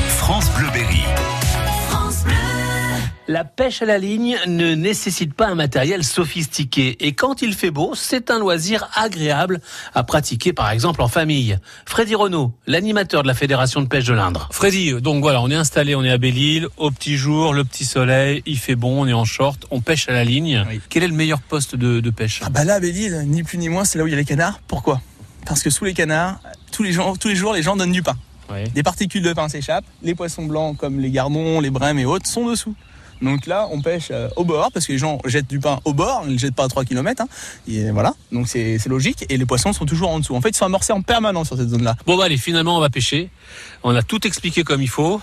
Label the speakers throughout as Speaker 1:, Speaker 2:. Speaker 1: France Bleu Berry.
Speaker 2: La pêche à la ligne ne nécessite pas un matériel sophistiqué et quand il fait beau, c'est un loisir agréable à pratiquer par exemple en famille. Freddy Renaud, l'animateur de la Fédération de pêche de l'Indre. Freddy, donc voilà, on est installé, on est à Belle-Île, au petit jour, le petit soleil, il fait bon, on est en short, on pêche à la ligne.
Speaker 3: Oui.
Speaker 2: Quel est le meilleur poste de, de pêche
Speaker 3: Ah bah là, à Belle-Île, ni plus ni moins, c'est là où il y a les canards. Pourquoi Parce que sous les canards, tous les, gens, tous les jours, les gens donnent du pain. Des particules de pain s'échappent, les poissons blancs comme les gardons, les brèmes et autres sont dessous. Donc là, on pêche euh, au bord, parce que les gens jettent du pain au bord, ils ne le jettent pas à 3 km. et voilà, donc c'est c'est logique, et les poissons sont toujours en dessous. En fait, ils sont amorcés en permanence sur cette zone-là.
Speaker 2: Bon bah allez, finalement on va pêcher. On a tout expliqué comme il faut.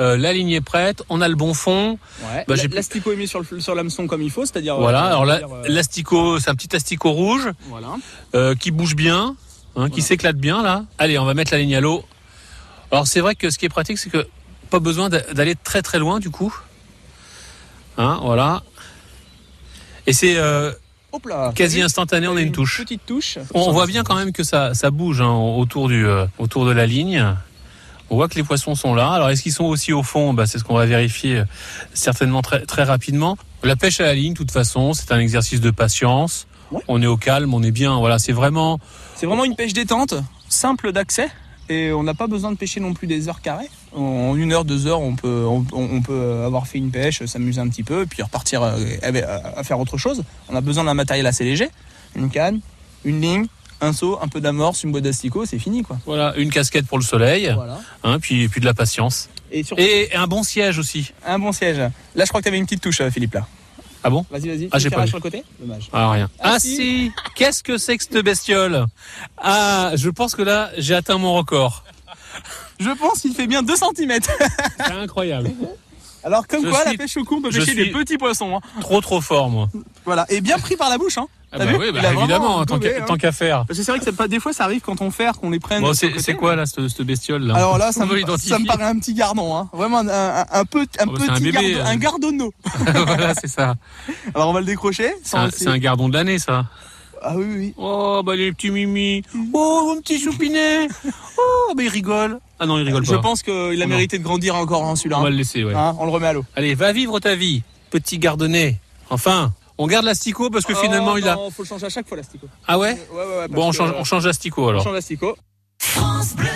Speaker 2: Euh, la ligne est prête, on a le bon fond.
Speaker 3: Ouais.
Speaker 2: Bah,
Speaker 3: L-
Speaker 2: j'ai-
Speaker 3: L'asticot est mis sur le- sur l'hameçon comme il faut, c'est-à-dire... euh,
Speaker 2: Voilà, alors là,
Speaker 3: c'est-à-dire, euh,
Speaker 2: l'asticot, c'est un petit asticot rouge.
Speaker 3: voilà.
Speaker 2: euh, qui bouge bien, hein, qui
Speaker 3: Voilà.
Speaker 2: s'éclate bien là. Allez, on va mettre la ligne à l'eau. Alors c'est vrai que ce qui est pratique, c'est que pas besoin d'a- d'aller très très loin du coup. Hein, voilà. Et c'est euh,
Speaker 3: Hop là
Speaker 2: quasi instantané, on a une touche.
Speaker 3: Petite touche.
Speaker 2: On, on voit bien quand même que ça, ça bouge hein, autour, du, euh, autour de la ligne. On voit que les poissons sont là. Alors est-ce qu'ils sont aussi au fond Bah, C'est ce qu'on va vérifier euh, certainement très, très rapidement. La pêche à la ligne, de toute façon, c'est un exercice de patience.
Speaker 3: Ouais.
Speaker 2: On est au calme, on est bien. Voilà, c'est vraiment
Speaker 3: C'est vraiment une pêche détente, simple d'accès. Et on n'a pas besoin de pêcher non plus des heures carrées. En une heure, deux heures, on peut, on, on peut avoir fait une pêche, s'amuser un petit peu, puis repartir euh, avec- à à faire autre chose. On a besoin d'un matériel assez léger. Une canne, une ligne, un seau, un peu d'amorce, une boîte d'asticots, c'est fini quoi.
Speaker 2: Voilà, une casquette pour le soleil,
Speaker 3: Voilà.
Speaker 2: hein, puis, puis de la patience.
Speaker 3: Et surtout,
Speaker 2: Et un bon siège aussi.
Speaker 3: un bon siège. Là, je crois que t'avais une petite touche, euh, Philippe là.
Speaker 2: Ah bon
Speaker 3: Vas-y, vas-y.
Speaker 2: Ah, j'ai
Speaker 3: Fais
Speaker 2: pas
Speaker 3: un
Speaker 2: vu.
Speaker 3: sur le côté Dommage.
Speaker 2: Ah rien.
Speaker 3: Ah,
Speaker 2: Ah
Speaker 3: si.
Speaker 2: si Qu'est-ce que c'est que cette bestiole Ah, je pense que là, j'ai atteint mon record.
Speaker 3: Je pense qu'il fait bien 2 cm.
Speaker 2: C'est incroyable.
Speaker 3: Alors, comme
Speaker 2: Je
Speaker 3: quoi,
Speaker 2: suis-
Speaker 3: la pêche au cou, on peut
Speaker 2: je
Speaker 3: pêcher des
Speaker 2: suis-
Speaker 3: petits poissons. hein.
Speaker 2: Trop trop fort moi.
Speaker 3: Voilà. Et bien pris par la bouche. Hein.
Speaker 2: Ah
Speaker 3: T'as
Speaker 2: bah
Speaker 3: vu
Speaker 2: oui, bah,
Speaker 3: Il a vraiment
Speaker 2: évidemment, tant
Speaker 3: gommé,
Speaker 2: qu'à
Speaker 3: hein.
Speaker 2: tant qu'à faire.
Speaker 3: Parce que c'est vrai que c'est pas- des fois ça arrive quand on fait, qu'on les prenne.
Speaker 2: Bon,
Speaker 3: de
Speaker 2: c'est
Speaker 3: côté.
Speaker 2: c'est quoi là, cette, cette bestiole là
Speaker 3: Alors là, ça
Speaker 2: On veut
Speaker 3: me,
Speaker 2: l'identifier.
Speaker 3: ça me paraît un petit gardon, hein. vraiment un, un- un peu- un
Speaker 2: Oh, bah, c'est un
Speaker 3: petit
Speaker 2: bébé,
Speaker 3: gardo-
Speaker 2: euh.
Speaker 3: un gardonneau.
Speaker 2: Voilà, c'est ça.
Speaker 3: Alors on va le décrocher.
Speaker 2: C'est un,
Speaker 3: sans
Speaker 2: c'est un gardon de l'année ça.
Speaker 3: Ah oui, oui, oui.
Speaker 2: Oh, bah les petits mimi. Oh, mon petit choupinet. Oh, bah il rigole. Ah non, il rigole
Speaker 3: Je
Speaker 2: pas.
Speaker 3: pense qu'il a
Speaker 2: Oh, Non.
Speaker 3: mérité de grandir encore hein, celui-là.
Speaker 2: On va
Speaker 3: hein.
Speaker 2: le laisser, ouais.
Speaker 3: Hein, on le remet à l'eau.
Speaker 2: Allez, va vivre ta vie, petit gardonnet. Enfin, on garde l'asticot parce que finalement
Speaker 3: Oh,
Speaker 2: il a.
Speaker 3: non, faut le changer à chaque fois l'astico.
Speaker 2: Ah ouais
Speaker 3: Ouais, ouais, ouais. parce
Speaker 2: Bon, on
Speaker 3: que,
Speaker 2: change,
Speaker 3: euh,
Speaker 2: on change l'asticot
Speaker 3: on
Speaker 2: alors.
Speaker 3: change l'astico.
Speaker 1: France Bleu.